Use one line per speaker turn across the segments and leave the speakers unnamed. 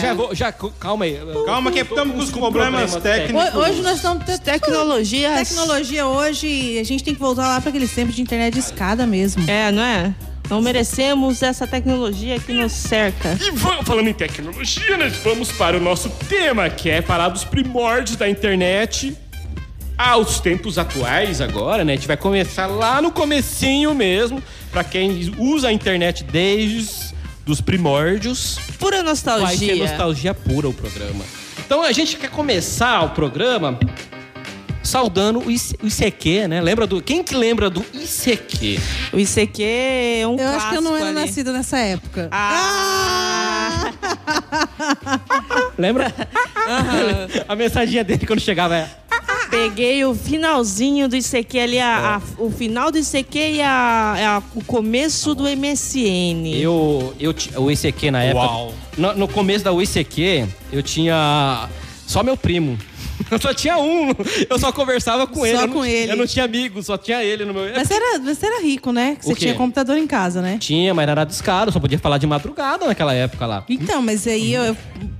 Já vou, já, calma aí.
Calma que estamos com os problemas técnicos.
Ho- Hoje nós estamos tendo
Tecnologia.
tecnologia hoje, a gente tem que voltar lá para aqueles tempos de internet de escada mesmo.
É, não é? Não merecemos essa tecnologia que nos cerca.
E vamos, falando em tecnologia, nós vamos para o nosso tema, que é falar dos primórdios da internet aos tempos atuais agora, né? A gente vai começar lá no comecinho mesmo, pra quem usa a internet desde os primórdios.
Pura
Vai ser
nostalgia.
nostalgia pura o programa. Então a gente quer começar o programa saudando o IC- o ICQ, né? Lembra do quem que lembra do ICQ?
O ICQ é um
Eu
clássico
acho que eu não era
ali.
nascida nessa época.
Ah!
Lembra? a mensaginha dele quando chegava é
Ah!
Peguei o finalzinho do ICQ ali, a- a- o final do ICQ e a- a- o começo do MSN.
Eu, eu, ti- o ICQ na época.
Uau.
No, no começo da ICQ, eu tinha só meu primo. Eu só tinha um. Eu só conversava com
Só
ele. eu
com
não,
ele.
Eu não tinha amigo, só tinha ele no meu.
Mas você era, mas você era rico, né? Que
O
você
quê?
tinha computador em casa, né?
Tinha, mas era descaro, só podia falar de madrugada naquela época lá.
Então, mas aí eu, eu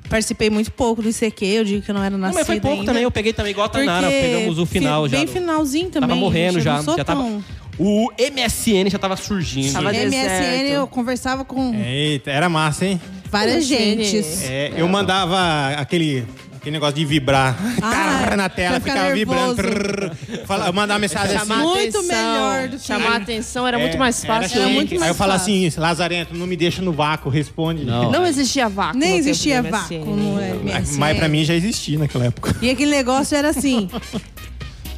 participei muito pouco do ICQ, eu digo que eu não era
Não,
nascida
mas foi pouco
ainda,
também, eu peguei também igual a
né? porque
Tainara, pegamos o final
fi-
já.
Bem
do-
finalzinho também.
Tava morrendo
gente, eu
já.
não sou
já tava,
tão-
o MSN já tava surgindo.
Tava-
MSN
deserto.
eu conversava com
É.
Eita, era massa, hein?
várias
MSN.
gentes.
É, eu mandava aquele, aquele negócio de vibrar
Ah,
na
pra
tela,
ficar
ficava
nervoso.
vibrando. trrr. Fala, eu mandava mensagem assim.
Chamar
Muito
atenção.
melhor do que-
Chamar atenção era muito
É,
mais
era
fácil.
chique.
Era muito mais
Aí eu falo
fácil.
assim, Lazarento, não me deixa no vácuo, responde.
Não.
Não existia vácuo. no
Nem
tempo do
existia
MSN.
vácuo no MSN.
Mas pra mim já existia naquela época.
E aquele negócio era assim.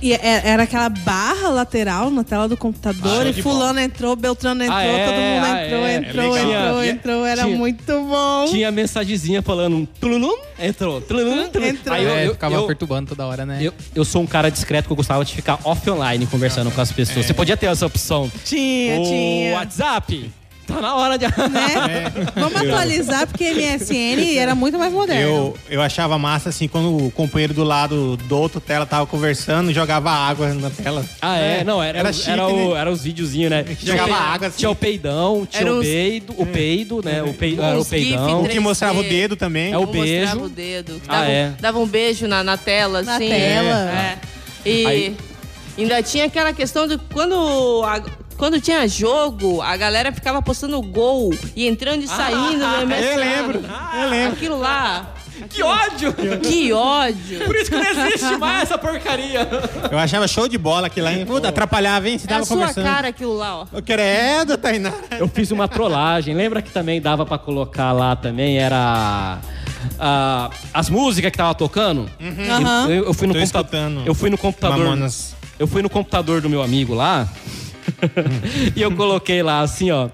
E e- era aquela barra lateral na tela do computador
Ah,
e
de
fulano entrou, Beltrano entrou,
Ah, é,
todo mundo
ah,
entrou,
é.
entrou,
É legal.
entrou,
Tinha-
entrou. Era
tinha-
muito bom.
Tinha mensagenzinha falando. Tululum, entrou. Tululum, tululum.
Entrou.
Aí eu,
é,
eu,
ficava
eu-
perturbando toda hora, né?
eu- eu sou um cara discreto que eu gostava de ficar off-online conversando com as pessoas.
É.
Você podia ter essa opção.
Tinha,
o
tinha.
WhatsApp. Tá na hora de.
Né? Vamos atualizar, porque MSN era muito mais moderno.
Eu, eu achava massa assim quando o companheiro do lado do outro tela tava conversando, jogava água na tela.
Ah, é? Não, era,
Era
os-
chique,
era, o,
né?
era os videozinhos, né? Tinha o
Jogava
pe-
água, assim.
Tinha o peidão, tinha
Era
o
os-
peido, o peido, né? O, pei, era o
Os gif
É um
peidão.
O que mostrava o dedo também.
É o
Eu mostrava
beijo.
o dedo. que
Ah,
Dava, um-
é.
dava um beijo na, na tela,
Na
assim.
tela.
Ah.
É. E
Aí-
ainda tinha aquela questão de quando, a- quando tinha jogo, a galera ficava postando gol e entrando e saindo no MSN.
Ah, eu lembro, eu lembro.
Aquilo lá.
Que ódio!
Que ódio.
Por isso que não existe mais essa porcaria.
Eu achava show de bola aquilo lá, hein? Puta, atrapalhava, hein? Você
Era
tava
a sua
conversando.
cara aquilo lá, ó.
Eu é, credo, Tainá.
Eu fiz uma trollagem. Lembra que também dava pra colocar lá também? Era. ah, as músicas que tava tocando?
Uhum. Aham.
Eu, eu fui no
Tô
computa-
escutando.
Eu fui no computador.
Mamonas.
Eu fui no computador do meu amigo lá. e eu coloquei lá assim, ó.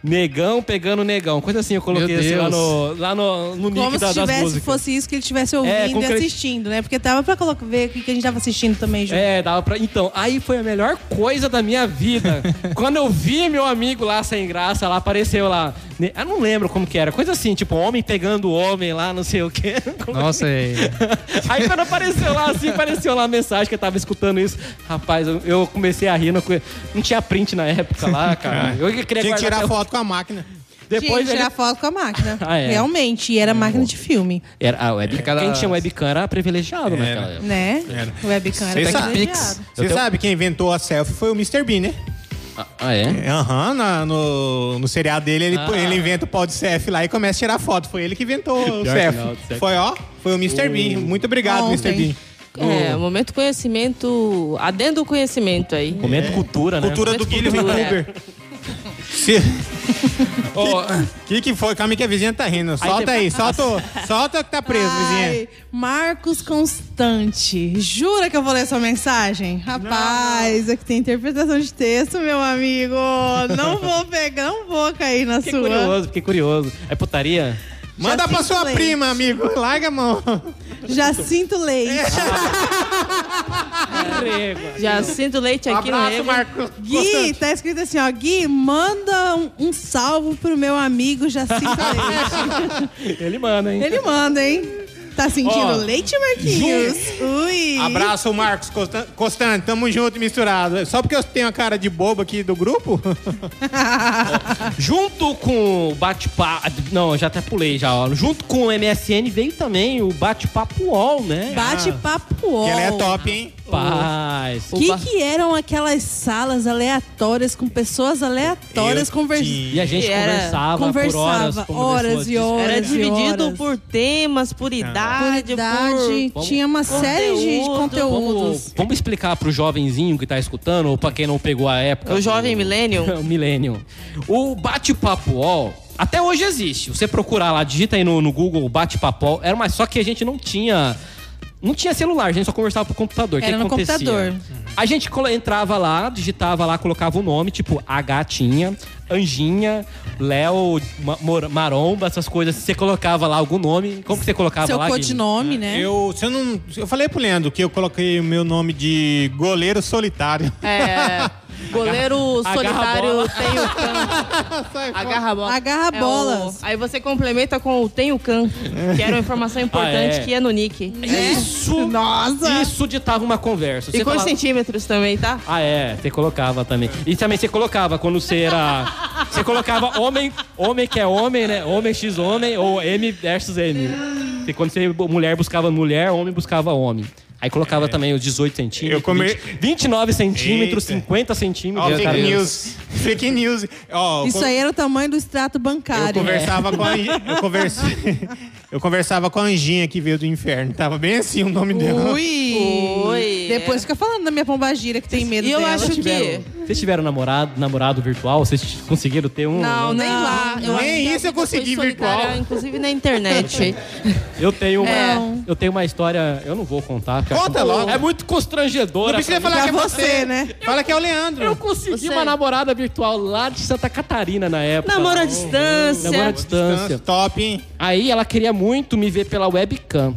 Negão pegando negão. Coisa assim, eu coloquei
Meu
assim lá
Deus.
no, lá no, no nick
Como
da-
se
das
tivesse,
músicas. É,
fosse isso que ele estivesse ouvindo e
concre-
assistindo, né? Porque tava pra colocar, ver o que que a gente tava assistindo também junto.
É, dava pra. Então, aí foi a melhor coisa da minha vida. Quando eu vi meu amigo lá sem graça, lá apareceu lá. Ne- Eu não lembro como que era. Coisa assim, tipo, homem pegando homem lá, não sei o quê.
Nossa, é-
Aí quando apareceu lá assim, apareceu lá a mensagem que eu tava escutando isso. Rapaz, eu, eu comecei a rir. Não, co- não tinha print na época lá, cara. Eu queria
Tinha
guardar
que tirar
até-
foto com a máquina.
Tinha
Depois
que tirar
ele-
foto com a máquina.
Ah, é.
Realmente, e era máquina de filme,
Era, a webcam,
Aquela-
Quem tinha webcam era privilegiado
É,
naquela época.
né?
Era.
O webcam era
Cê sabe-
privilegiado.
Você sabe quem inventou a selfie foi o Mr. Bean, né?
Ah, Ah, é?
Aham, na- no, no seriado dele, ele,
Ah.
ele inventa o pau de selfie lá e começa a tirar foto. Foi ele que inventou o
Pior que
selfie.
não, selfie.
Foi, ó, foi o Mr. Bean. Muito obrigado,
Ontem.
Mr. Bean.
É, o momento conhecimento, adendo o conhecimento aí.
Momento cultura, né?
Cultura do
Momento
Guilherme
cultura,
Vancouver. O
Ó,
que, que foi? Calma aí que a vizinha tá rindo. Solta aí, solta, o- solta o que tá preso, vizinha.
Ai, Marcos Constante. Jura que eu vou ler sua mensagem? Rapaz, aqui tem interpretação de texto, meu amigo. Não vou pegar, não vou cair na
fiquei
sua.
curioso, fiquei curioso. É putaria?
Manda pra
sinto
sua
leite.
prima, amigo. Larga a mão.
Já sinto leite.
Régua.
Já sinto leite aqui no
Um Abraço,
Evo.
Marcos.
Gui, tá escrito assim, ó. Gui, manda um, um salvo pro meu amigo Jacinto Leite.
Ele manda, hein?
Ele manda, hein? Tá sentindo
Ó,
leite, Marquinhos? Ui.
Abraço, Marcos Costan- Constante. Tamo junto e misturado. Só porque eu tenho a cara de bobo aqui do grupo?
Junto com o bate-papo. Não, eu já até pulei já, ó. Junto com o MSN veio também o bate-papo UOL, né?
Bate papo ó.
Que ela é top, hein?
Rapaz.
O que, que eram aquelas salas aleatórias com pessoas aleatórias
Eu
conversando?
tinha.
E a gente
que era-
conversava, por horas.
Conversava
como
horas
pessoas
e horas.
Era
e
dividido
horas.
por temas, por idade,
qualidade.
por-
Tinha uma
conteúdo.
série de, de
Vamos,
conteúdos.
vamos explicar pro jovenzinho que tá escutando, ou pra quem não pegou a época.
O jovem
do-
millennium.
o millennium. É um O bate-papo UOL, até hoje existe. Você procurar lá, digita aí no, no Google bate-papo UOL, era mais só que a gente não tinha... Não tinha celular, a gente só conversava pro computador. O
Era
que
no
que acontecia?
computador.
A gente colo- entrava lá, digitava lá, colocava o nome, tipo a gatinha, Anjinha, Léo, Ma- Mor- Maromba, essas coisas. Você colocava lá algum nome. Como que você colocava
Seu
lá? Guilherme?
codinome, né?
Eu, se eu, não, eu falei pro Leandro que eu coloquei o meu nome de goleiro solitário.
É, goleiro
Agarra-
solitário
agarra
tem o can. Agarra a bola.
Agarra
É
bolas.
o- aí você complementa com o tem o can, que era uma informação importante
Ah, é.
que é no nick.
Isso,
Nossa!
isso ditava uma conversa. Você
E com os
falava-
centímetros também, tá?
Ah, é, você colocava também. E também você colocava quando você era. Você colocava homem, homem que é homem, né? Homem x homem ou M versus M. E quando você mulher buscava mulher, homem buscava homem. Aí colocava também os 18 centímetros,
É. Eu come-
20 29 centímetros,
Eita.
50
Ó,
centímetros.
fake
cara.
news. Fake news. Ó,
Isso
co-
aí era o tamanho do extrato
Eu
bancário.
conversava com a Angi- eu, conversa- eu conversava com a Anjinha que veio do inferno. Tava bem assim o nome dela.
Ui!
Oi.
É. Depois fica falando da minha pombagira que tem medo
E eu
dela.
acho que.
Tiveram- Vocês tiveram namorado, namorado virtual? Vocês conseguiram ter um?
Não, né? nem
Não,
lá.
nem
Eu acho que a
isso eu
vida foi
consegui
solitária,
virtual.
Inclusive na internet.
Eu tenho uma,
Não.
eu tenho uma história, eu não vou contar. porque-
Conta logo.
É muito
Não
constrangedora.
precisa falar é.
Pra
que é você,
você, né?
Fala que é o Leandro.
Eu consegui
Você-
uma namorada virtual lá de Santa Catarina na época.
Namoro à distância.
Namoro à distância.
Top, hein?
Aí ela queria muito me ver pela webcam.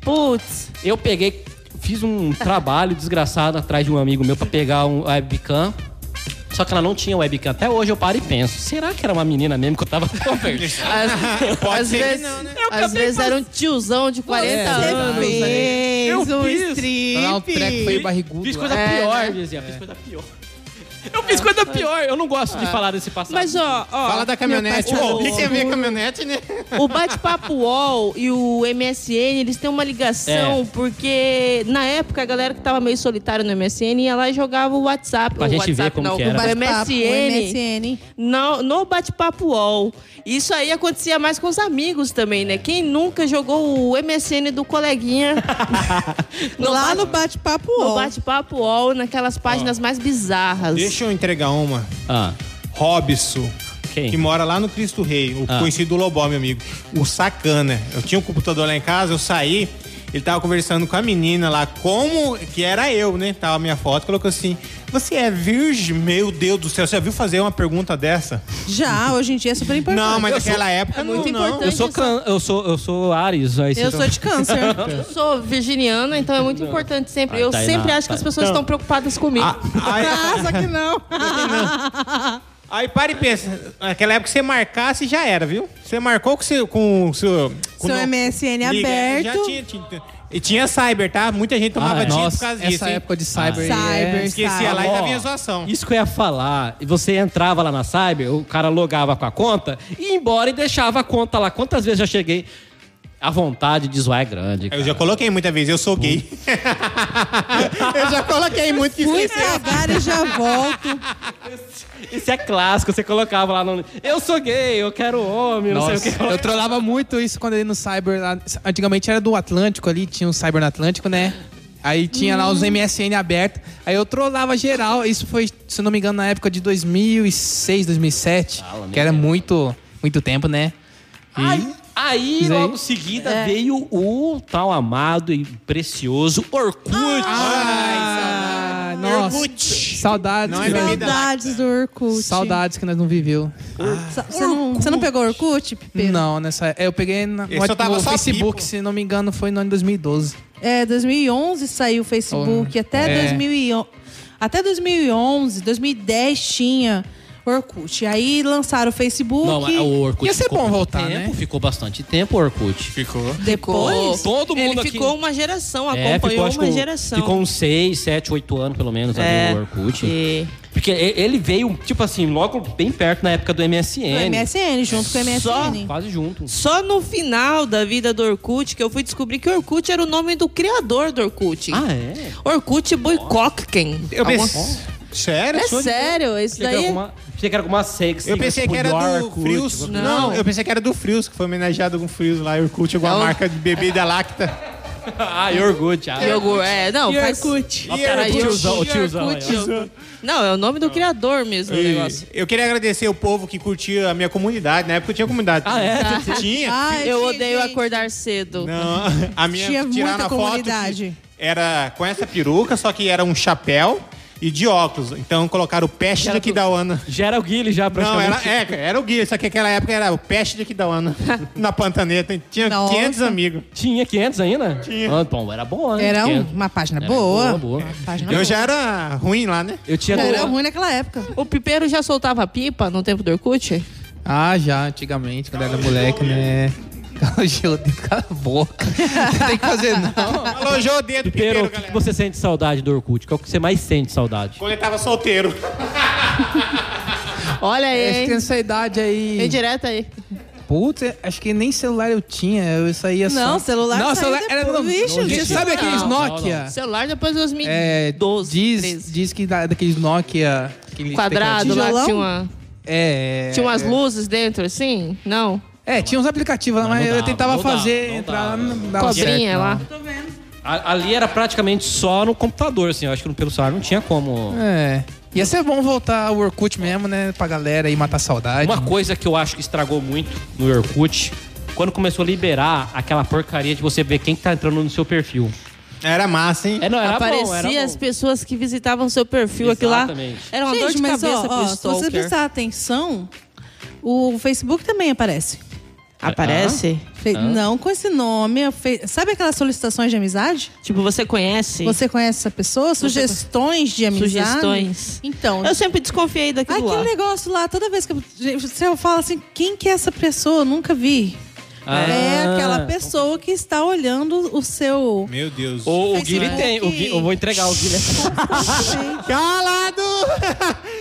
Putz.
Eu peguei, fiz um trabalho desgraçado atrás de um amigo meu pra pegar um webcam. Só que ela não tinha webcam. Até hoje eu paro e penso, será que era uma menina mesmo que eu tava conversando?
Às,
Pode
às
ser que
vezes,
não, né?
às vezes era um tiozão de 40 anos.
Você fez
Eu
um
fiz.
Lá um treco
strip.
meio barrigudo.
Fiz
lá.
coisa
É,
pior,
né?
dizia. Fiz coisa pior. Eu
É,
fiz coisa pior. Eu não gosto
Ah.
de falar desse passado.
Mas ó, ó,
Fala da caminhonete.
meu
Ô,
pai
O que, que tem a ver caminhonete, né?
O bate-papo UOL e o MSN, eles têm uma ligação,
É.
porque na época a galera que tava meio solitária no MSN ia lá e jogava o WhatsApp.
Pra
o
gente ver
WhatsApp,
como
não,
que era.
O
Bate-papo,
MSN.
MSN.
Não, no bate-papo UOL. Isso aí acontecia mais com os amigos também,
É.
né? Quem nunca jogou o MSN do coleguinha
Lá no bate-papo
no
UOL.
bate-papo UOL, naquelas páginas mais bizarras?
Deixa eu entregar uma.
Ah,
Robson.
Quem?
Que mora lá no Cristo Rei, o
Ah.
conhecido do Lobó, meu amigo. O sacana. Eu tinha um computador lá em casa, eu saí, ele tava conversando com a menina lá, como que era eu, né? Tava a minha foto, colocou assim: Você é virgem? Meu Deus do céu, você já viu fazer uma pergunta dessa?
Já, hoje em dia é super importante.
Não, mas naquela época
É muito
não, não.
importante.
eu sou, can... eu sou eu sou Ares. Aí
Eu
vocês-
sou de câncer.
Eu sou virginiana, então é muito importante sempre.
Ah,
eu
tá aí
sempre
na-
acho
tá
que as pessoas estão preocupadas comigo.
Ah, aí-
ah, só que não.
Aí para e pensa, naquela época você marcasse já era, viu? Você marcou com seu. Com, o seu com
Seu
o-
MSN
Liga,
aberto.
Já tinha, tinha- e tinha cyber, tá? Muita gente tomava
Ah, é.
tinta
Nossa,
por causa disso.
essa
hein?
época de cyber.
Ah, Cyber.
é-
Esquecia lá e
Ó,
já vinha zoação.
Isso que eu ia falar. E Você entrava lá na Cyber, o cara logava com a conta, ia embora e deixava a conta lá. Quantas vezes eu já cheguei? A vontade de zoar é grande.
Eu
cara.
já coloquei muita vez, eu sou gay. eu já coloquei muito que
Fui
esqueceu.
cagar e já volto.
Isso é clássico, você colocava lá no. Eu sou gay, eu quero homem, não
Nossa,
sei o que.
eu trollava muito isso quando eu ia no cyber. lá. Antigamente era do Atlântico ali, tinha um cyber no Atlântico, né? Aí tinha lá
Hum.
os MSN aberto. Aí eu trollava geral. Isso foi, se não me engano, na época de 2006, 2007. que era muito, muito tempo, né? E-
Aí, aí,
Isso aí.
logo em seguida,
É.
veio o tal amado e precioso Orkut.
Ah, nossa. Saudades.
Não é
que nós-
bebida.
Saudades do Orkut.
Saudades que nós não viveu.
Sa- Você não, você não pegou Orkut, Pedro?
Não, nessa. Eu peguei na-
Esse eu tava
no
só
Facebook,
pipo.
se não me engano, foi no ano de 2012.
É, 2011 saiu o Facebook.
Oh,
até,
é.
2011, até 2011, 2010 tinha. Orkut. Aí lançaram o Facebook.
Não, mas o Orkut
Ia ser
ficou
bom
muito
voltar,
tempo,
né?
Ficou bastante tempo o Orkut.
Ficou.
Ficou-
Depois?
Todo mundo
Ele
aqui-
ficou uma geração,
É,
acompanhou
acho que
uma
um-
geração.
Ficou uns 6, 7, 8 anos, pelo menos,
É.
ali, o Orkut.
E-
Porque e- ele veio, tipo assim, logo bem perto na época do MSN.
O MSN, junto com o MSN.
Só-
Ah, Quase junto.
Só no final da vida do Orkut que eu fui descobrir que Orkut era o nome do criador do Orkut.
Ah, é?
Orkut Boykotkin.
Eu
Alguma-
pensei. Sério?
É
Sou de-
sério, isso
Achei que era
daí... é-
alguma- achei que era alguma sex. tipo,
Eu pensei que era do Frios.
Frios.
Não,
Não.
eu pensei que era do Frios, que foi homenageado com Frios lá, Orkut, alguma
Não.
marca de bebida lacta.
Ah, e Orkut. Ah.
Iogurte. É, não,
E
faz...
Orkut.
Ó, cara,
Iogurte.
o tiozão, o tiozão aí, ó.
Iogurte, Iogurte. Não, é o nome do criador mesmo do
E
É um negócio.
Eu queria agradecer o povo que curtia a minha comunidade. Na época eu tinha comunidade.
Ah, é?
Tinha.
Ai,
Eu
tinha,
odeio
gente.
acordar cedo.
Não, a minha
Tinha
tiraram
muita
a foto
comunidade.
que Era com essa peruca, só que era um chapéu e de óculos. Então colocaram o peste de Kidawana.
Já era o Guile já,
Não, era,
praticamente.
é, era o Gui, só que naquela época era o peste de Kidawana na Pantaneta. hein? Tinha
Nossa.
500 amigos.
Tinha 500 ainda?
Tinha.
Ah, bom, era bom, né?
Era
500.
uma página
Era
boa.
boa, boa.
Uma página
Eu
boa.
já era ruim lá, né?
Eu tinha...
Já era
do-
ruim naquela época.
O Pipeiro já soltava pipa no tempo do Orkut?
Ah, já, antigamente, quando era moleque, né? Cala o gelo dentro, cala a boca. Não tem que fazer,
Ah.
não.
Falou, já odeio
Pero,
do Pipeiro,
o que, que
galera.
você sente saudade do Orkut? Qual que você mais sente saudade?
Quando ele tava solteiro.
Olha aí,
Tem
hein?
essa idade aí.
Vem direto aí.
Putz, acho que nem celular eu tinha. Eu saía só.
Não, celular
Não,
saiu
celular era
depois.
no...
Vixe,
Você
gente,
sabe
não.
aqueles
Não,
Nokia?
Celular depois dos 2012,
Tá. É,
13.
diz, diz que da, daqueles Nokia. aqueles
Quadrado lá,
Tijolão?
tinha, uma-
tecladinhos. É.
tinha umas
é.
luzes dentro, assim? Não?
É, tinha uns aplicativos lá,
Não,
mas
não
eu
dava,
tentava
não dava,
fazer,
não
entrar lá,
dava.
não dava
Cobrinha
certo,
lá.
não.
A- ali era praticamente só no computador, assim. Eu acho que pelo celular não tinha como...
É. Ia ser bom voltar ao Orkut mesmo, né? Pra galera aí matar a saudade.
É Uma coisa que eu acho que estragou muito no Orkut, quando começou a liberar aquela porcaria de você ver quem tá entrando no seu perfil.
Era massa, hein?
É, não, era
Aparecia
bom, era bom.
as pessoas que visitavam seu perfil, aquilo lá.
Exatamente.
Era uma dor
Gente,
de
mas
cabeça
ó, ó,
pro
se você
stalker.
prestar atenção, o Facebook também aparece.
Aparece?
Fe- Não com esse nome. eu fe- Sabe aquelas solicitações de amizade?
Tipo, você conhece?
Você conhece essa pessoa? Sugestões de amizade?
Sugestões.
Então,
Eu sempre desconfiei daquilo
aquele
lá.
negócio lá, toda vez que eu, gente, se eu falo assim, quem que é essa pessoa? Eu nunca vi.
Ah.
É aquela pessoa que está olhando o seu.
Meu Deus.
O, o
Facebook.
Guilherme tem. o Gui- eu vou entregar o Guilherme.
Calado!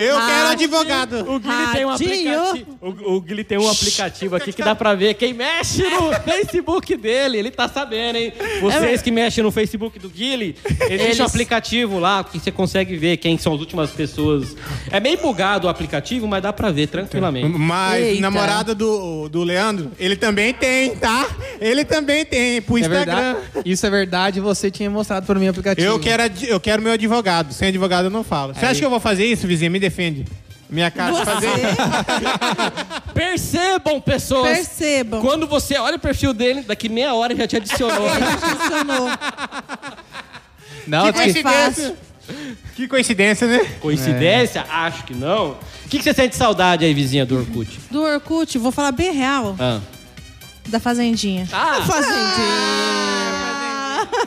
Eu
Ah,
quero advogado.
O Guilherme tem um
Ratinho.
aplicativo. O, o Guilherme tem um aplicativo aqui que dá pra ver quem mexe no Facebook dele. Ele tá sabendo, hein?
É,
Vocês que mexem no Facebook do Guilherme, existe um aplicativo lá que você consegue ver quem são as últimas pessoas. É meio bugado o aplicativo, mas dá pra ver tranquilamente.
Mas
Eita.
namorada do, do Leandro, ele também tem, tá? Ele também tem, pro
É
Instagram.
verdade. Isso é verdade, você tinha mostrado pra mim o aplicativo.
eu, quero, ad- eu quero meu advogado. Sem advogado eu não falo. Você acha que eu vou fazer isso, vizinha? Me defende. Minha cara de fazer isso.
Percebam, pessoas!
Percebam.
Quando você olha o perfil dele, daqui meia hora ele já te adicionou.
Funcionou.
Não,
Que
que...
fácil.
Que coincidência, né?
Coincidência? Acho que não. O que, que você sente saudade aí, vizinha do Orkut?
Do Orkut, vou falar bem real,
Ah.
da Fazendinha. assim,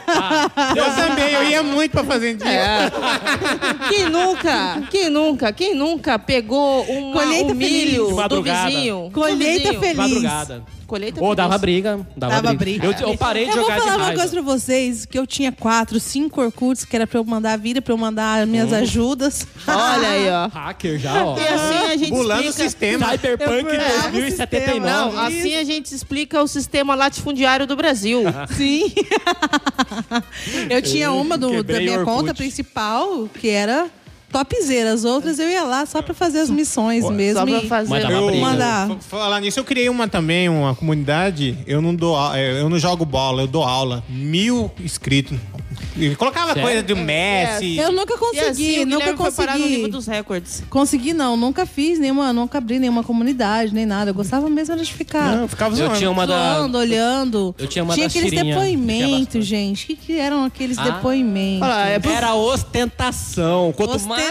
Ah,
Eu também, eu ia muito pra fazendinha.
É. Quem nunca, quem nunca, quem nunca pegou uma,
Colheita
um
feliz.
milho
De
do
madrugada.
vizinho? do
Colheita
vizinho?
feliz.
madrugada.
Colheita
Ou
feliz.
dava briga. Dava,
Dava
briga.
briga.
Eu, eu parei de
eu
jogar
vou falar
de
uma
raiva.
coisa pra vocês, que eu tinha quatro, cinco Orkuts, que era pra eu mandar a vida, pra eu mandar minhas ajudas.
Olha aí, ó.
Hacker já, ó.
E assim a gente
Bulando o
explica...
sistema.
Cyberpunk
Eu furava o
2079.
sistema.
Não, assim a gente explica o sistema latifundiário do Brasil.
Sim. eu tinha uma do, da
quebrei
minha
Orkut.
conta principal, que era topzera. As outras eu ia lá só pra fazer as missões mesmo.
Só pra
e-
fazer.
Mas dava
Eu-
briga.
Mandar.
F- Falar nisso, eu criei uma também, uma comunidade. Eu não dou, au- é, eu não jogo bola, eu dou aula. Mil inscritos. E colocava
Sério?
coisa do
É,
Messi.
Eu nunca
E assim,
consegui,
o
nunca
Guilherme foi parar no livro
consegui.
dos recordes.
Consegui não, nunca fiz nenhuma, nunca abri nenhuma comunidade, nem nada. Eu gostava mesmo era de ficar.
Não, eu ficava
Eu
zoando.
tinha uma da...
Zoando, olhando.
eu tinha uma da
aqueles
tirinha, que é bastante.
depoimentos, gente. O que, que eram aqueles
Ah.
depoimentos?
um- Era ostentação. Quanto
informação.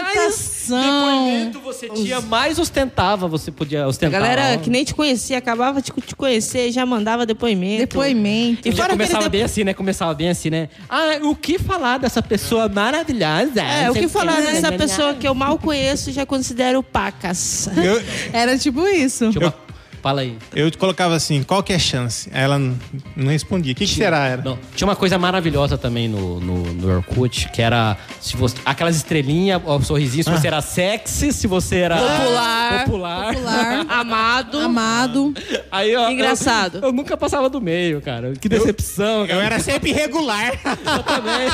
Quanto você tinha, mais ostentava, você podia
A
ostentar.
galera
lá.
que nem te conhecia, acabava de te conhecer e já mandava depoimento.
Depoimento.
E
Já
fora aquele
começava
depo...
bem assim, né? Começava bem assim, né? Ah, o que falar dessa pessoa maravilhosa?
É, o que falar
dessa
dessa pessoa que eu mal conheço e já considero pacas.
Eu,
Era tipo isso.
Fala aí.
eu colocava assim, qual que é a chance? Aí Ela n- não respondia. O que, que será? Era?
Não, tinha uma coisa maravilhosa também no, no, no Orkut, que era se você, aquelas estrelinhas, ó, sorrisinho, se você era sexy, se você era
Ah. Popular.
popular.
Popular,
Amado.
amado.
Aí, ó,
Engraçado.
Eu, eu nunca passava do meio, cara. Que decepção,
Eu
cara.
era sempre irregular.
Eu também.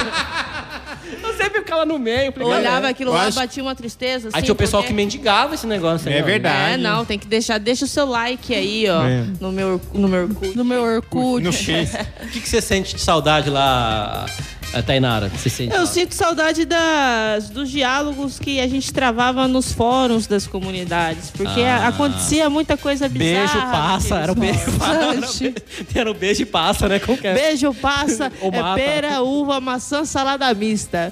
Eu sempre ficava no meio. falei,
Olhava
galera.
aquilo
Eu
lá,
acho-
batia uma tristeza.
Aí
assim,
tinha o pessoal
porque-
que mendigava esse negócio. né? aí,
É
ó.
verdade.
É, não, tem que deixar. Deixa o seu like aí, ó.
É.
No meu, no meu Orkut.
No meu Orkut.
No X.
O que, que você sente de saudade lá, eh, Tainara? Você sente?
Eu
lá?
sinto saudade das, dos diálogos que a gente travava nos fóruns das comunidades, porque
Ah.
acontecia muita coisa bizarra.
Beijo, passa. Era o beijo, passa. Era o
Gente.
be- Era o beijo e passa, né? Como que é?
Beijo, passa,
Ou
é
mata.
pera, uva, maçã, salada mista.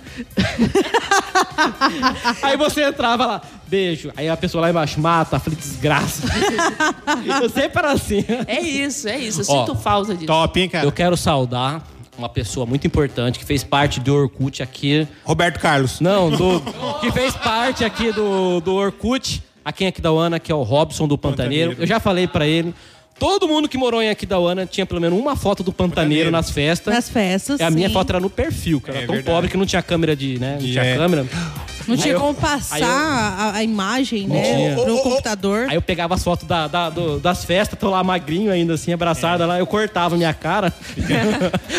Aí você entrava lá, beijo. Aí a pessoa lá embaixo mata, falei, desgraça. eu sempre era assim.
É isso, é isso. Eu
Ó,
sinto falta disso.
Top, hein,
Eu
cara?
quero saudar uma pessoa muito importante que fez parte do Orkut aqui.
Roberto Carlos.
Não, do. que fez parte aqui do, do Orkut. A quem aqui da Uana, que é o Robson do Pantaneiro.
Pantaneiro.
Eu já falei pra ele. Todo mundo que morou em aqui da Uana tinha pelo menos uma foto do Pantaneiro,
Pantaneiro.
nas festas.
Nas festas.
E É a minha
sim.
foto era no perfil, cara.
É
Era tão
verdade.
pobre que não tinha câmera de, né? Não
De-
tinha
é.
câmera.
Não tinha
Aí eu-
como
aí eu-
passar a, a imagem, né?
tinha.
Pro computador.
Aí eu pegava as fotos da- da- do- das festas, tô lá magrinho ainda, assim, abraçada
É.
lá. Eu cortava minha cara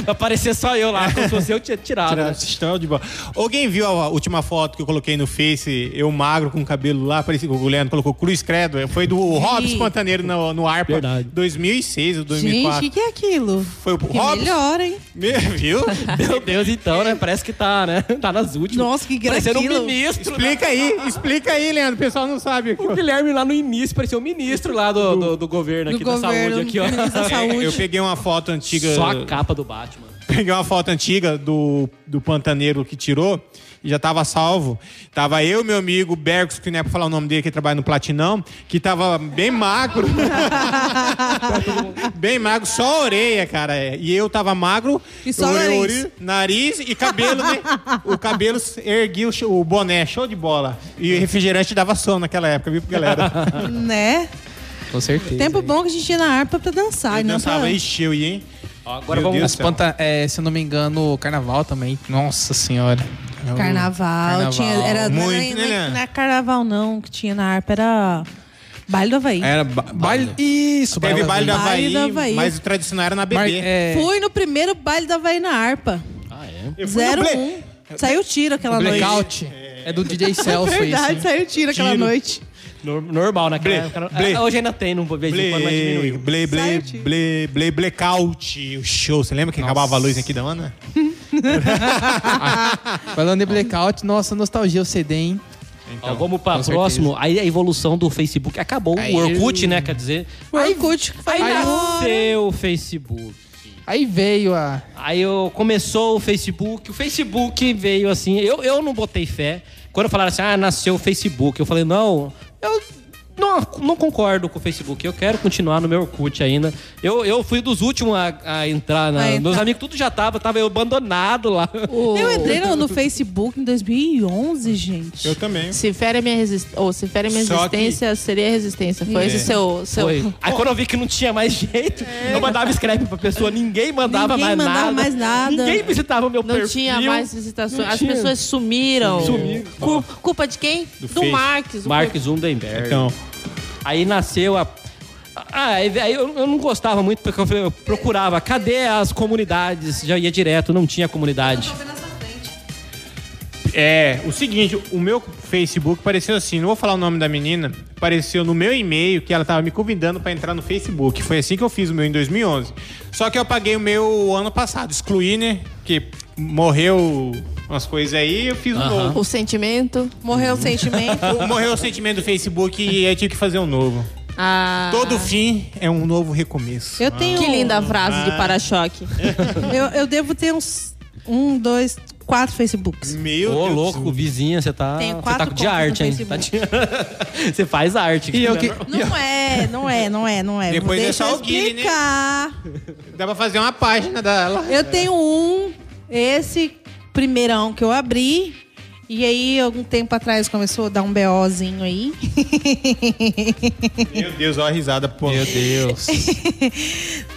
pra parecer só eu lá, como se fosse eu tinha tirado.
Tirar
né?
esse estão de bola. Alguém viu a última foto que eu coloquei no Face, eu magro com o cabelo lá, parecia que o Guilherme colocou Cruz Credo. Foi do Hobbs Pantaneiro no, no Arpa
Verdade.
2006
Gente,
ou
o
2004.
que, que é aquilo?
Foi o
Que
Hobbs?
melhor, hein?
Viu?
Meu Deus, então, né? Parece que tá, né? Tá nas últimas.
Nossa, que
Parecendo um
graquilo.
ministro.
explica aí, explica aí, Leandro. O pessoal não sabe. aqui, ó.
O Guilherme lá no início parecia o ministro lá do, do, do governo
Do
aqui
governo,
da saúde. Aqui, ó.
ministro da saúde.
Eu peguei uma foto antiga.
Só a capa do Batman.
peguei uma foto antiga do, do pantaneiro que tirou e já tava salvo. Tava eu, meu amigo Bergos, que não é pra falar o nome dele, que trabalha no Platinão, que tava bem magro. bem magro, só a orelha, cara. é. E eu tava magro.
E só
eu- eu-
nariz.
nariz e cabelo, né? O cabelo erguiu o ch- o boné, show de bola. E refrigerante dava sono naquela época, viu, galera?
Né?
Com certeza.
Tempo bom que a gente tinha na harpa pra dançar. e
eu
não
dançava,
pra...
ixi, eu ia, hein?
Agora
Meu
vamos.
Deus.
As panta, é, se eu não me engano, o carnaval também. Nossa senhora.
Carnaval,
Carnaval.
tinha. Era, não era-
Muito,
não,
né,
era- não era carnaval, não, que tinha na harpa, era baile do Havaí.
Era ba- baile. Isso,
Teve baile
da é,
da
Baile
Havaí,
do Havaí.
mas o tradicional era na BB.
é,
Fui no primeiro baile da Havaí na harpa.
Ah, é?
Eu É. fui no
zero
Play-
um. Saiu tiro aquela noite.
Blackout. É do DJ Celso
Verdade,
isso.
saiu tiro aquela
Tiro.
noite.
Nor- Normal, né?
Blê, blê.
Hoje ainda tem, não vou ver de quando, mas
Ble,
diminuiu.
ble, ble,
Site.
ble, ble, blackout, o show. Você lembra que acabava a luz aqui da Ana?
Falando de blackout, nossa, nostalgia o CD, hein?
Ó, vamos para
com certeza.
próximo. Aí a evolução do Facebook acabou.
Aí-
o Orkut, né? Quer dizer.
Orkut, que foi
Aí
na hora.
nasceu o Facebook.
Aí veio a.
Aí eu, começou o Facebook. O Facebook veio assim. Eu, eu não botei fé. Quando falaram assim, ah, nasceu o Facebook. Eu falei, não, eu não, não concordo com o Facebook. Eu quero continuar no meu Orkut ainda. Eu, eu fui dos últimos a, a entrar. Na,
A entrar.
Meus amigos tudo já tava, tava eu abandonado lá.
Eu entrei no, no Facebook em 2011, gente.
também.
Se fere minha resistência, ou se fere minha
Só que-
resistência, seria resistência. Foi esse o seu, seu...
Foi. Aí quando eu vi que não tinha mais jeito, eu mandava scrap pra pessoa. Ninguém mandava,
É.
mais,
Ninguém mandava
nada.
mais nada.
Ninguém visitava meu
Não
perfil.
tinha mais visitações.
Não
As
tinha.
pessoas sumiram.
Sumiram.
Cu- culpa de quem? Do,
Face.
Marques. o
Mark Zundenberg.
Então,
Aí nasceu a... Ah, aí aí eu, eu não gostava muito, porque eu, falei, eu procurava. Cadê as comunidades? Já ia direto, não tinha comunidade.
é, o seguinte, o meu Facebook pareceu assim, não vou falar o nome da menina, apareceu no meu e-mail que ela tava me convidando pra entrar no Facebook. Foi assim que eu fiz o meu em 2011. Só que eu paguei o meu ano passado, excluí, né? Porque morreu umas coisas aí, eu fiz um
Aham.
novo.
O sentimento.
Morreu o sentimento.
Morreu o sentimento do Facebook e aí tive que fazer um novo.
Ah,
Todo fim é um novo recomeço.
Eu tenho. um.
Ah.
Que linda frase de para-choque.
Eu, eu devo ter uns. Um, dois, quatro Facebooks.
Meu
Ô,
Deus.
louco, vizinha, você tá,
Tenho
você
quatro
tá de
contas no
arte, hein? Tá de... você faz arte.
E eu que.
Não é, não é, não é, não é.
Depois é
Deixa
só
eu
o Guile, né?
explicar.
Dá pra fazer uma página dela.
Eu tenho um, esse primeirão que eu abri. E aí, algum tempo atrás, começou a dar um BOzinho aí.
Meu Deus, olha a risada, pô.
Meu Deus.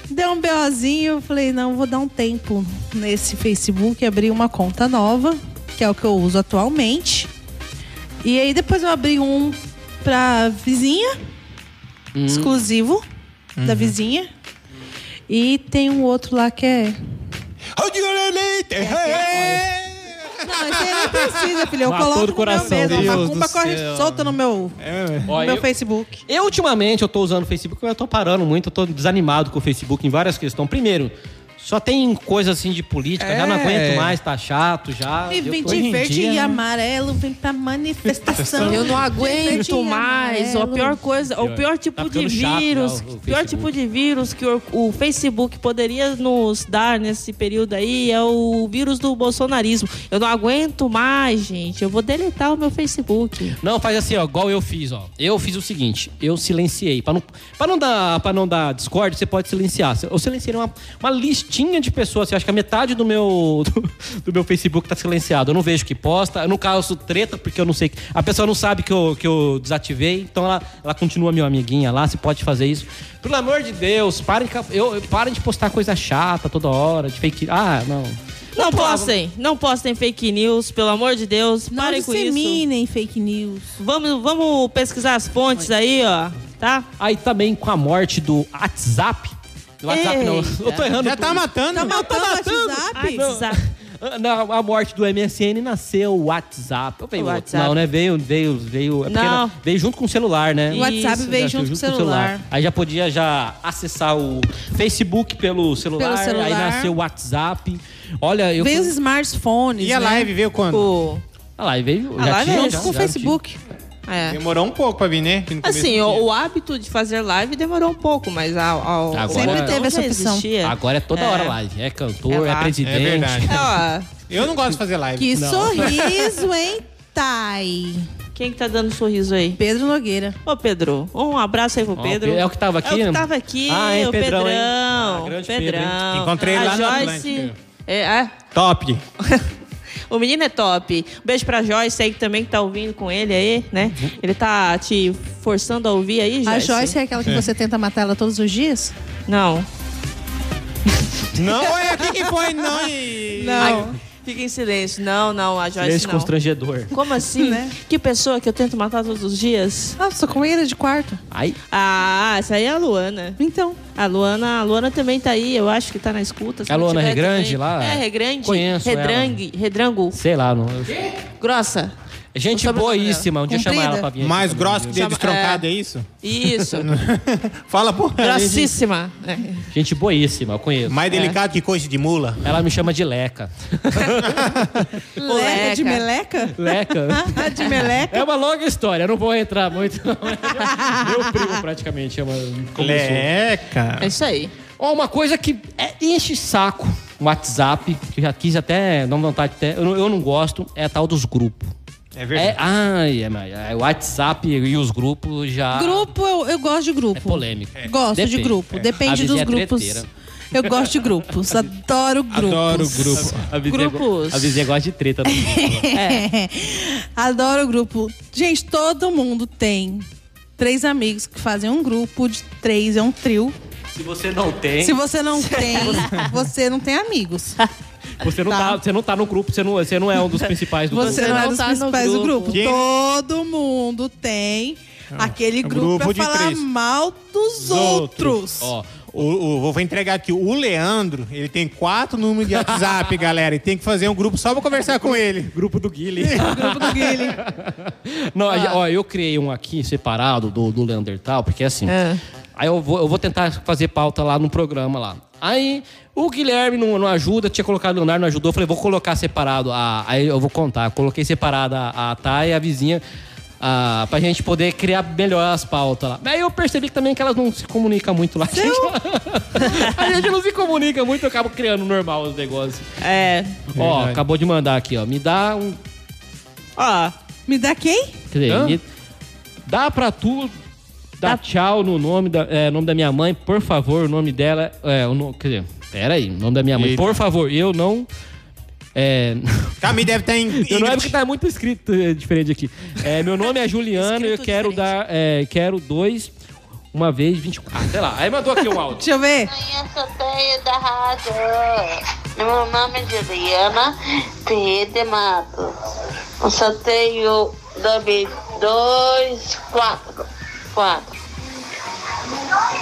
Deu um BOzinho, eu falei, não, vou dar um tempo nesse Facebook, abrir uma conta nova, que é o que eu uso atualmente. E aí depois eu abri um pra vizinha, exclusivo da vizinha. E tem um outro lá que é. um Não, esse aí nem precisa, filho. Eu
Matou
coloco
do
no
coração,
meu mesmo.
Deus
a
do
macumba corre
céu.
solta no meu,
Ó,
no meu
eu-
Facebook.
Eu, ultimamente, eu tô usando o Facebook, eu tô parando muito, eu tô desanimado com o Facebook em várias questões. Primeiro, só tem coisa assim de política, já não
É.
aguento mais, tá chato já.
E
Eu
vem
tô-
de
hoje em
verde
dia,
e
né?
amarelo, vem pra manifestação.
Eu
Verde e
não aguento mais. A
amarelo.
pior coisa, o pior tipo
Tá
de
ficando chato,
vírus,
né, o- o
pior
Facebook.
tipo de vírus que o, o Facebook poderia nos dar nesse período aí é o vírus do bolsonarismo. Eu não aguento mais, gente. Eu vou deletar o meu Facebook.
Não, faz assim, ó, igual eu fiz, ó. Eu fiz o seguinte, eu silenciei. Pra não, pra não, dar, pra não dar Discord, você pode silenciar. Eu silenciei uma, uma listinha de pessoas. Assim, eu acho que a metade do meu, do, do meu Facebook tá silenciado. Eu não vejo que posta, eu não causo treta, porque eu não sei. que- A pessoa não sabe que eu, que eu desativei, então ela, ela continua meu amiguinha lá, você pode fazer isso. Pelo amor de Deus, parem, de ca- eu, eu- parem de postar coisa chata toda hora, de fake. Ah, não.
Não postem, não postem fake news, pelo amor de Deus.
Não
Parem com isso.
disseminem fake news.
Vamos, vamos pesquisar as fontes aí, ó, tá?
Aí também com a morte do WhatsApp. Do WhatsApp, não. Eu tô errando.
Já tá matando.
Tá matando o
matando.
WhatsApp?
WhatsApp.
Ah, Na, a morte do MSN nasceu o WhatsApp. Ou veio
O
outro?
WhatsApp.
Não, né? Veio, veio, veio. é porque
Não.
na- veio junto com o celular, né?
O WhatsApp
Isso,
veio
Já
junto com o
o
celular.
Aí já podia já acessar o Facebook pelo celular.
Pelo celular.
Aí nasceu o WhatsApp. Olha, eu.
Veio os smartphones.
E a
né?
live veio quando?
O-
Ah lá, e veio.
Ah
já
lá,
tinha,
veio
já,
Com o
já
Facebook.
tipo,
É.
Demorou um pouco pra vir, né? Que no começo
Assim,
não
o,
tinha.
o hábito de fazer live demorou um pouco, mas a, a,
Agora- Sempre
teve essa opção.
tinha. Agora é toda hora live. É cantor,
É
é,
lá.
presidente.
É verdade.
Ó,
Eu não gosto de fazer live.
Que sorriso, hein, Thay?
quem que tá dando sorriso aí?
Pedro Nogueira.
Ô, Pedro. Um abraço aí pro
Ó,
Pedro.
é o que tava aqui?
É o que tava aqui.
Ah, hein,
o
Pedrão,
Pedrão.
hein? Ah, grande Pedro, hein?
Pedrão.
Encontrei
a
ele lá na
Joyce.
Atlântica.
É, é.
Top.
O menino é top. Um beijo pra Joyce aí que também que tá ouvindo com ele aí, né? Ele tá te forçando a ouvir aí, Joyce?
A Joyce é aquela que você tenta matar ela todos os dias?
Não.
Não é aqui que foi, não. E...
Ai, fica em silêncio. Não, não, a Joyce
Esse
não.
constrangedor.
Como assim?
Né?
Que pessoa que eu tento matar todos os dias?
Ah, sou com ele de quarto.
Aí,
Ah, essa aí é a Luana.
Então.
A Luana, a Luana também tá aí, eu acho que tá na escuta. se
A
não
Luana
tiver
Regrande
também.
lá?
É, Regrande.
Conheço
Redrangue, Redrango,
sei lá, não.
grossa.
Gente
O sobrenome
boíssima. Um dia
Comprida.
chamar ela pra vir. aqui.
Mais grosso que dedo
Chama-
estroncado, é isso?
Isso,
Fala, porra.
grossíssima. É.
Gente boíssima, eu conheço.
Mais delicado que coice de mula.
Ela me chama de Leca.
Leca de meleca?
Leca?
Ah, de meleca?
É uma longa história, eu não vou entrar muito. não. Meu primo praticamente é chama. começou.
Leca.
é isso aí.
Ó, uma coisa que é- enche saco o WhatsApp, que eu já quis até, não vontade até, eu não, eu não gosto, é a tal dos grupos.
É
É,
verdade.
ai, é, mas é, o WhatsApp e os grupos já.
Grupo, eu, eu gosto de
Ah. É
grupo.
polêmico.
gosto de
Depende.
grupo.
É. A
Depende
vizinha
dos
é
grupos.
treteira.
Eu gosto de grupos. Adoro grupos.
Adoro o grupo.
A vizinha, go-
Grupos.
A vizinha gosta de treta. né?
Adoro o grupo. Gente, todo mundo tem três amigos que fazem um grupo de três, é um trio.
Se você não tem,
Se você não tem, você não tem amigos.
você não tá, você não tá no grupo, você não, você não é um dos principais do grupo.
Você não é
não
dos
tá no
principais do
grupo.
grupo.
Quem-
Todo mundo tem aquele grupo,
grupo de
pra falar
três.
mal dos
Os
outros.
outros.
Ó,
O, o- vou vou entregar aqui. O Leandro, ele tem quatro números de WhatsApp, galera. E tem que fazer um grupo só pra conversar com ele.
grupo do Guile.
O grupo do Guilherme.
Não, ó, eu criei um aqui separado do, do Leandertal, porque assim.
É.
Aí eu vou, eu vou tentar fazer pauta lá no programa lá. Aí o Guilherme não, não ajuda, tinha colocado o Leonardo, não ajudou. Eu falei, vou colocar separado. A, aí eu vou contar. Coloquei separada a, a Thay e a vizinha. ah, pra gente poder criar melhor as pautas lá. Aí eu percebi que também que elas não se comunicam muito lá. A gente, a gente não se comunica muito, eu acabo criando normal os negócios.
É.
Ó, acabou de mandar aqui, ó. Me dá um.
Ó,
Me dá quem?
Quer dizer,
Hã?
me- dá pra tu dar tchau no nome da, é, nome da minha mãe, por favor, o nome dela. É, o no, quer dizer, peraí, o nome da minha mãe,
Eita.
por favor, eu não. É,
Camille deve estar em.
eu não é porque tá muito escrito é, diferente aqui. É, meu nome é Juliano e eu
Escrito
quero
diferente.
dar. é, quero dois, uma vez, 24. Ah, sei lá. Aí mandou aqui um áudio.
Deixa eu ver.
Conheço bem da rádio. Meu nome é Juliana Tede Matos. O sorteio 2024. Quatro.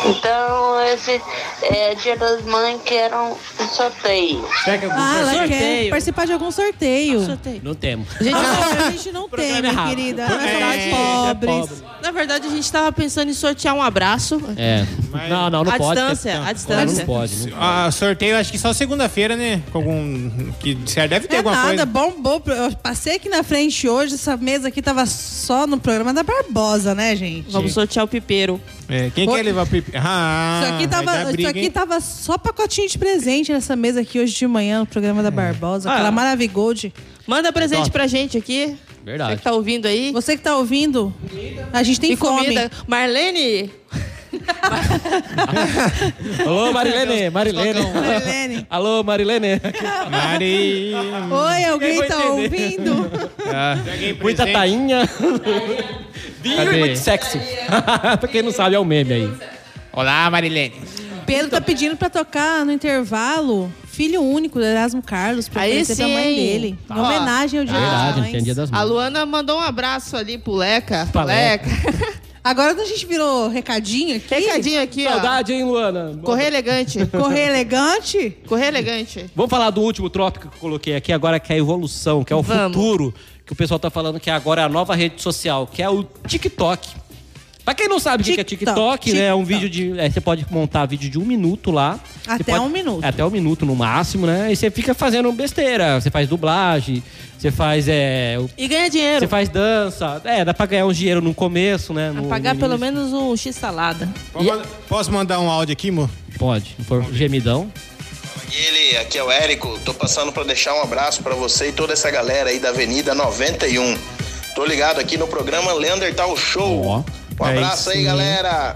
Então, esse é, dia das mães que era um sorteio.
Ah, ela quer
Sorteio.
participar de algum sorteio.
sorteio.
Não temos.
Gente, a gente não tem, minha
errado.
querida. Nós
É,
somos pobres.
pobre.
Na verdade, a gente tava pensando em sortear um abraço.
É. Não, não, não
à
pode.
distância, à
Não,
distância.
não pode. né? não pode.
Ah, sorteio acho que só segunda-feira, né? Com algum. Que certo, deve ter
É
alguma
nada,
coisa.
bombou. Eu passei aqui na frente hoje, essa mesa aqui tava só no programa da Barbosa, né, gente?
Vamos sortear o pipeiro.
É, quem quer levar o pipi? Ah,
Isso aqui,
vai
tava,
dar briga,
isso aqui
hein?
tava só pacotinho de presente nessa mesa aqui hoje de manhã, no programa
É.
da Barbosa,
Ah.
aquela Maravigold.
Manda presente pra gente aqui.
Verdade.
Você que tá ouvindo aí.
Você que tá ouvindo, a gente tem
e
fome.
comida. Marlene,
Alô, Marilene, Marilene.
Marilene.
Alô, Marilene.
Mari.
Oi, alguém
Ninguém
tá
vai
ouvindo?
Muita tainha. Vinho
Cadê?
e muito sexo. pra quem não sabe, é o meme aí.
Olá, Marilene.
Pedro tá pedindo pra tocar no intervalo Filho Único do Erasmo Carlos, pra
Aí
conhecer pra
sim,
mãe
hein?
dele. Em
Ah.
Tá.
homenagem ao Dia é das
É Verdade,
Mães.
tem dia das
a
mães.
Luana mandou um abraço ali pro Leca. Pro
Hum. Leca.
Leca.
Agora que a gente virou recadinho aqui.
Recadinho aqui, ó.
Saudade, hein, Luana?
Correr elegante.
Correr elegante.
Correr elegante.
Vamos falar do último tópico que eu coloquei aqui agora, que é a evolução, que é o
Vamos.
futuro, que o pessoal tá falando que agora é a nova rede social, que é o TikTok. Pra quem não sabe o que que é
TikTok,
TikTok, né? É um
TikTok.
vídeo de. é, você pode montar vídeo de um minuto lá. Você
Até
pode-
um minuto.
Até um minuto no máximo, né? E você fica fazendo besteira. Você faz dublagem, você faz. É, o-
E ganha
você
dinheiro.
faz dança. É, dá pra ganhar um dinheiro no começo, né? No,
Pagar
no
pelo
início.
menos um X-salada.
Posso manda- Posso mandar um áudio aqui, amor?
Pode, se for gemidão.
Ele, aqui é o Érico. Tô passando pra deixar um abraço pra você e toda essa galera aí da Avenida 91. Tô ligado aqui no programa Leandertal
Ó,
Show. Um
aí
abraço aí,
sim.
galera.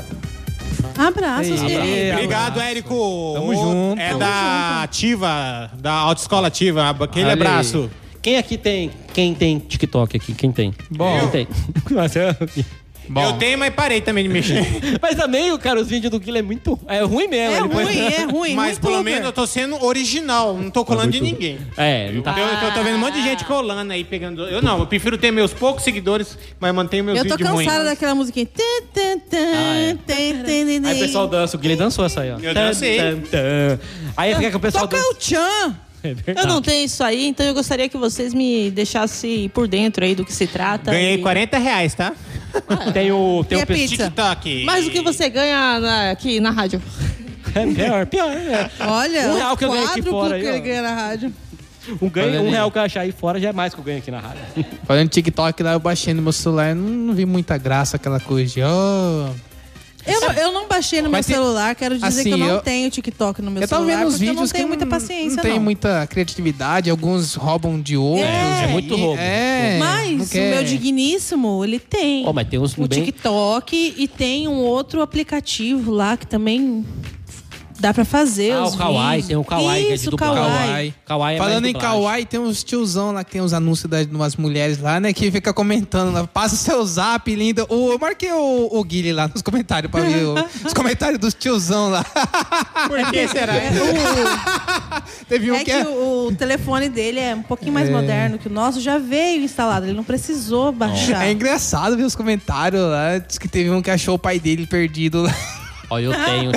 Abraços, querido.
Obrigado, Érico.
Tamo
O-
junto.
É
Tamo
da Ativa, da Autoescola Ativa. Aquele
Ali.
abraço.
Quem aqui tem. Quem tem TikTok aqui? Quem tem?
Bom.
Quem tem? é-
Eu tenho, mas parei também de mexer.
Mas também, cara, os vídeos do Guilherme é muito. É ruim mesmo.
É
ele põe-
ruim, é ruim.
mas
muito
pelo
Uber.
um
menos eu tô sendo original. Não tô colando de
muito-
ninguém.
É, não
Eu,
tá.
eu tô, tô vendo um monte de gente colando aí, pegando. Eu não, eu prefiro ter meus poucos seguidores, mas mantenho meus
Eu tô
vídeos
cansada
ruins.
daquela musiquinha. Tã, tã, tã,
é.
tã, tã, tã,
Aí o pessoal dança, o Guilherme dançou essa aí, ó.
Eu dancei.
tan. Aí fica que o pessoal
Toca o Tchan.
É
Eu
verdade.
não tenho isso aí, então eu gostaria que vocês me deixassem por dentro aí do que se trata.
Ganhei
E-
40 reais, tá?
Tem o. Tem um o
E a
pe-
pizza?
TikTok.
Mais do que você ganha na- aqui na rádio.
É pior, pior. É.
Olha,
Um
o
real que eu ganhei aqui
quadruplo
fora aí,
que ele
ó.
ganha na rádio.
Um, ganho, um
Olha
real que eu achar aí fora já é mais que eu ganho aqui na rádio.
Falando de TikTok lá, eu baixei no meu celular, não, não vi muita graça aquela coisa de. Oh.
Eu, não- eu não baixei no meu
Mas tem-
celular, quero dizer
assim,
que eu não
eu-
tenho TikTok no meu
Eu tava
celular,
vendo os
porque eu
vídeos
não
que
tenho muita paciência,
não tem
não.
muita criatividade, alguns roubam de outros.
É, é muito
E-
roubo.
É, não
Mas o
quer.
meu digníssimo, ele tem
Ó, mas tem uns
o
bem-
TikTok e tem um outro aplicativo lá que também dá pra fazer
Ah,
os
o Kawaii,
vídeos.
tem o Kawaii que é de
Isso,
dublagem.
Kawaii.
Kawaii é mais
Falando em
dublagem.
Kawaii, tem uns tiozão lá que tem uns anúncios das umas mulheres lá, né? Que fica comentando lá. Passa seu zap, linda. Ô, eu marquei o, o Guilherme lá nos comentários pra ver o- os comentários dos tiozão lá.
Por que será?
Teve um
É
que,
que o, o telefone dele é um pouquinho mais moderno que o nosso, já veio instalado, ele não precisou baixar.
É engraçado ver os comentários lá. Diz que teve um que achou o pai dele perdido lá.
Ó, eu tenho.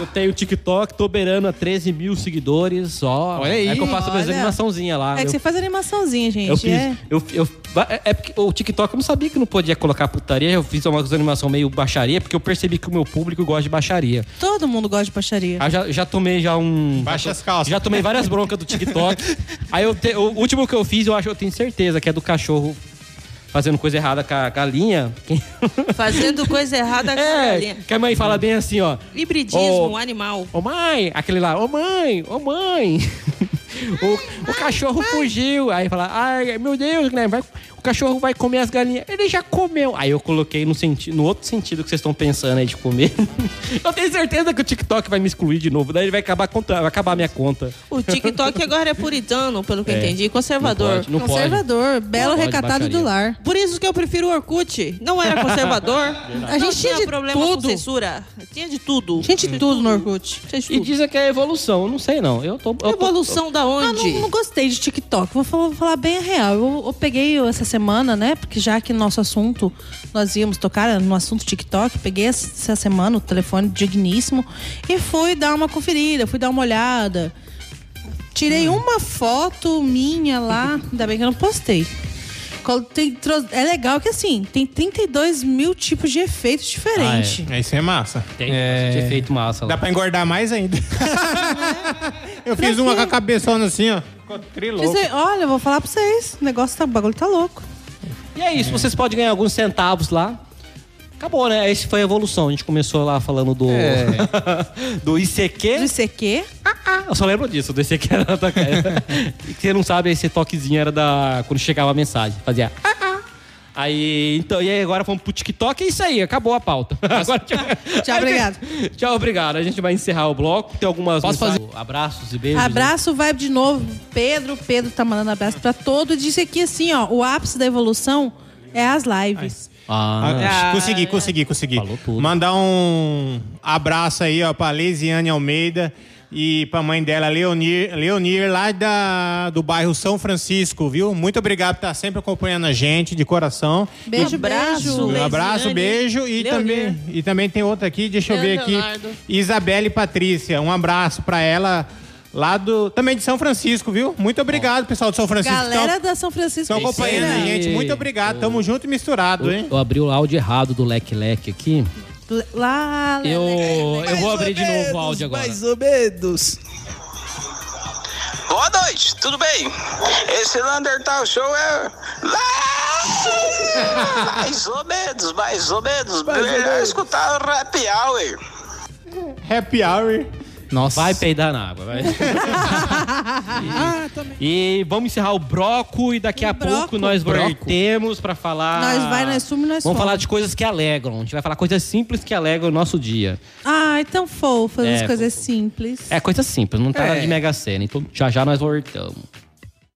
eu tenho TikTok, tô beirando a 13 mil seguidores, ó.
Olha aí.
É que eu faço minhas
Olha.
animaçãozinhas lá.
É que
eu,
você faz animaçãozinha, gente.
eu fiz.
é.
Eu, eu- é- é porque o TikTok eu não sabia que não podia colocar putaria. Eu fiz uma animação meio baixaria, porque eu percebi que o meu público gosta de baixaria.
Todo mundo gosta de baixaria.
Ah, já, já tomei já um.
Baixa as calças.
Já tomei várias broncas do TikTok. Aí eu te- o último que eu fiz, eu acho, eu tenho certeza, que é do cachorro. fazendo coisa errada com a galinha.
Fazendo coisa errada com a
é,
galinha.
que a mãe fala bem assim, ó.
Hibridismo
Ô.
animal.
Ô mãe, aquele lá, ô mãe, ô mãe. O, o cachorro fugiu. Aí fala, ai, meu Deus, Guilherme, vai- o cachorro vai comer as galinhas. Ele já comeu. Aí eu coloquei no, senti no outro sentido que vocês estão pensando aí de comer. Eu tenho certeza que o TikTok vai me excluir de novo. Daí ele vai acabar, contra, vai acabar a minha conta.
O TikTok agora é puritano, pelo que eu
É.
entendi, conservador.
Não pode, não pode.
Conservador, belo
pode,
recatado
baixaria.
do lar.
Por isso que eu prefiro o Orkut. Não era conservador.
A gente
não
tinha
tinha
de
é problema
tudo.
com censura. Tinha de tudo.
Gente, tudo no Orkut.
Tinha de
E
tudo.
dizem que é evolução. Eu não sei, não. Eu tô. eu tô-
Evolução da
Ah, não,
onde?
não gostei de TikTok. Vou falar, vou falar bem a real. Eu, eu peguei essa semana, né? Porque já que nosso assunto, nós íamos tocar né, no assunto TikTok, peguei essa semana o telefone digníssimo e fui dar uma conferida, fui dar uma olhada. Tirei uma foto minha lá, ainda bem que eu não postei. Col- tem tro- é legal que assim, tem 32 mil tipos de efeitos diferentes.
É, Isso é massa.
Tem é... tinha feito massa
Dá
lá.
pra engordar mais ainda. Eu fiz uma com a cabeçona assim, ó.
Fiz- olha, eu vou falar pra vocês, o negócio tá, o bagulho tá louco.
E é isso, vocês podem ganhar alguns centavos lá. Acabou, né? Esse foi a evolução. A gente começou lá falando do. do ICQ.
Do ICQ,
Ah, eu só lembro disso, do ICQ era da cara. E que você não sabe, esse toquezinho era da. Quando chegava a mensagem. Fazia. ah, ah. Aí, então, e aí agora vamos pro TikTok, é isso aí, acabou a pauta. Agora, tchau,
Tchau, obrigado.
Tchau, obrigado. A gente vai encerrar o bloco. Tem algumas
Posso
mensagens- abraços e beijos. né?
Abraço, vibe de novo. Pedro, Pedro tá mandando abraço pra todo. Disse aqui assim, ó, o ápice da evolução é as lives.
Ah,
Ah, consegui, consegui, consegui.
Falou tudo.
Mandar um abraço aí, ó, pra Leisiane Almeida e pra mãe dela, Leonir, Leonir lá da, do bairro São Francisco, viu? Muito obrigado por estar sempre acompanhando a gente, de coração.
Beijo,
Abraço.
beijo.
Um abraço,
Leisiane,
beijo. E
Leonir.
também, e também tem outra aqui, deixa eu ver aqui.
Leonardo.
Isabelle Patrícia, um abraço pra ela lá do. Também de São Francisco, viu? Muito obrigado, pessoal de São Francisco.
Galera da São Francisco.
Estão acompanhando a
Mineira.
gente. Muito obrigado. Tamo junto e misturado, hein?
eu abri o áudio errado do Leque Leque aqui.
Lá, lá,
Eu, eu vou abrir de novo o
Medos,
áudio agora.
Mais ou menos.
Boa noite, tudo bem? Esse Landertal Show é. Mais ou menos, mais ou menos. Melhor escutar o Rap Hour.
Happy hour.
Nossa.
Vai peidar na água, vai. e, e vamos encerrar o broco e daqui a
broco.
pouco nós
Broco.
voltemos pra falar.
Um Nós vai, nós some,
Vamos
nós some.
falar de coisas que alegram. A gente vai falar coisas simples que alegram o nosso dia.
Ai, tão fofo, as
É,
coisas simples. É.
É coisa simples, não tá nada de mega cena. Então já já nós voltamos.